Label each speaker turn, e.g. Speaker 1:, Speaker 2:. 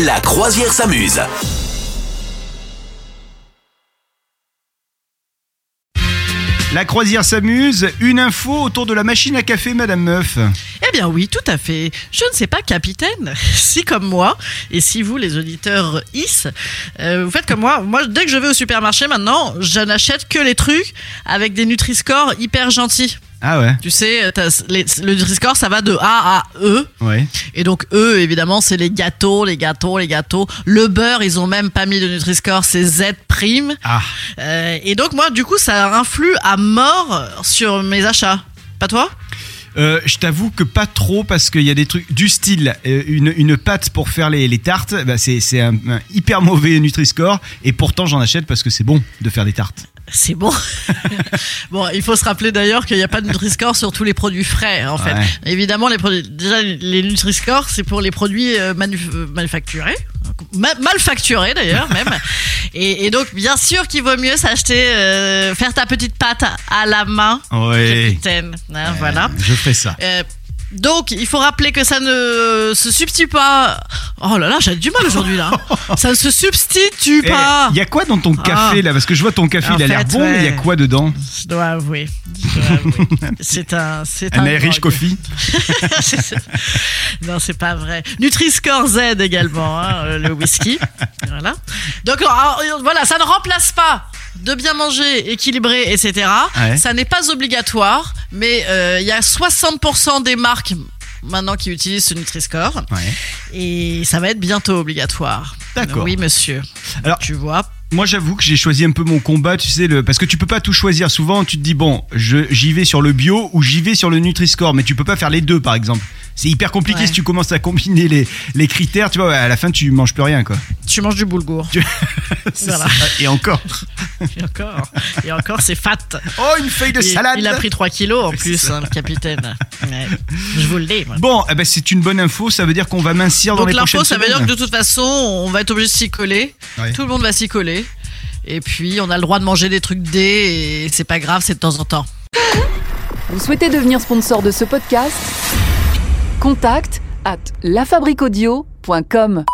Speaker 1: La croisière s'amuse.
Speaker 2: La croisière s'amuse, une info autour de la machine à café, Madame Meuf.
Speaker 3: Eh bien oui, tout à fait. Je ne sais pas, capitaine, si comme moi, et si vous, les auditeurs IS, euh, vous faites comme moi, moi, dès que je vais au supermarché maintenant, je n'achète que les trucs avec des Nutri-Score hyper gentils.
Speaker 2: Ah ouais
Speaker 3: Tu sais, euh, t'as les- le Nutri-Score, ça va de A à E.
Speaker 2: Ouais.
Speaker 3: Et donc, eux, évidemment, c'est les gâteaux, les gâteaux, les gâteaux. Le beurre, ils ont même pas mis de Nutri-Score, c'est Z prime.
Speaker 2: Ah,
Speaker 3: Euh, et donc, moi, du coup, ça influe à mort sur mes achats. Pas toi
Speaker 2: euh, je t'avoue que pas trop parce qu'il y a des trucs du style euh, une, une pâte pour faire les, les tartes, bah, c'est c'est un, un hyper mauvais Nutri-Score et pourtant j'en achète parce que c'est bon de faire des tartes.
Speaker 3: C'est bon. bon, il faut se rappeler d'ailleurs qu'il n'y a pas de Nutri-Score sur tous les produits frais, en fait.
Speaker 2: Ouais.
Speaker 3: Évidemment, les produits, déjà, les Nutri-Score, c'est pour les produits euh, manu- euh, manufacturés. Ma- mal facturés, d'ailleurs, même. Et, et donc, bien sûr qu'il vaut mieux s'acheter, euh, faire ta petite pâte à la main,
Speaker 2: Ouais.
Speaker 3: capitaine. Hein, Voilà.
Speaker 2: Euh, Je ferai ça.
Speaker 3: Euh, donc, il faut rappeler que ça ne se substitue pas. Oh là là, j'ai du mal aujourd'hui là. ça ne se substitue
Speaker 2: Eh, Il
Speaker 3: pas. Ah.
Speaker 2: y a quoi dans ton café là Parce que je vois ton café,
Speaker 3: En
Speaker 2: il a l'air
Speaker 3: fait,
Speaker 2: bon, mais il y a
Speaker 3: ouais.
Speaker 2: quoi dedans
Speaker 3: Je dois avouer. je dois avouer. c'est un, c'est
Speaker 2: Un Irish
Speaker 3: Ah, drogue.
Speaker 2: coffee
Speaker 3: C'est ça. non, c'est pas vrai. Nutri-Score Z également, hein, euh, le whisky. Voilà. Donc alors, euh, voilà, ça ne remplace pas de bien manger, équilibré, etc.
Speaker 2: Ouais.
Speaker 3: Ça n'est pas obligatoire, mais euh, il y a 60% des marques maintenant qui utilisent ce Nutri-Score
Speaker 2: Ouais.
Speaker 3: et ça va être bientôt obligatoire.
Speaker 2: D'accord.
Speaker 3: Oui, monsieur.
Speaker 2: Alors-
Speaker 3: tu vois.
Speaker 2: Moi, j'avoue que j'ai choisi un peu mon combat, tu sais, le... parce que tu peux pas tout choisir. Souvent, tu te dis, bon, je- j'y vais sur le bio ou j'y vais sur le Nutri-Score, mais tu peux pas faire les deux, par exemple. C'est hyper compliqué
Speaker 3: Ouais.
Speaker 2: si tu commences à combiner les, les critères, tu vois, à la fin, tu manges plus rien, quoi.
Speaker 3: Tu manges du boulgour.
Speaker 2: C'est
Speaker 3: Voilà.
Speaker 2: ça. Et encore.
Speaker 3: Et encore. Et encore, c'est fat.
Speaker 2: Oh, une feuille de
Speaker 3: il,
Speaker 2: salade
Speaker 3: il a pris 3 kilos en plus, hein, le capitaine. Ouais. Je vous le dis. moi.
Speaker 2: Bon, eh ben, c'est une bonne info, ça veut dire qu'on va mincir dans
Speaker 3: Donc
Speaker 2: les prochaines
Speaker 3: l'info, ça veut dire que
Speaker 2: semaines.
Speaker 3: de toute façon, on va être obligé de s'y coller.
Speaker 2: Ouais.
Speaker 3: Tout le monde va s'y coller. Et puis, on a le droit de manger des trucs D et c'est pas grave, c'est de temps en temps.
Speaker 4: Vous souhaitez devenir sponsor de ce podcast Contact à lafabriquaudio.com.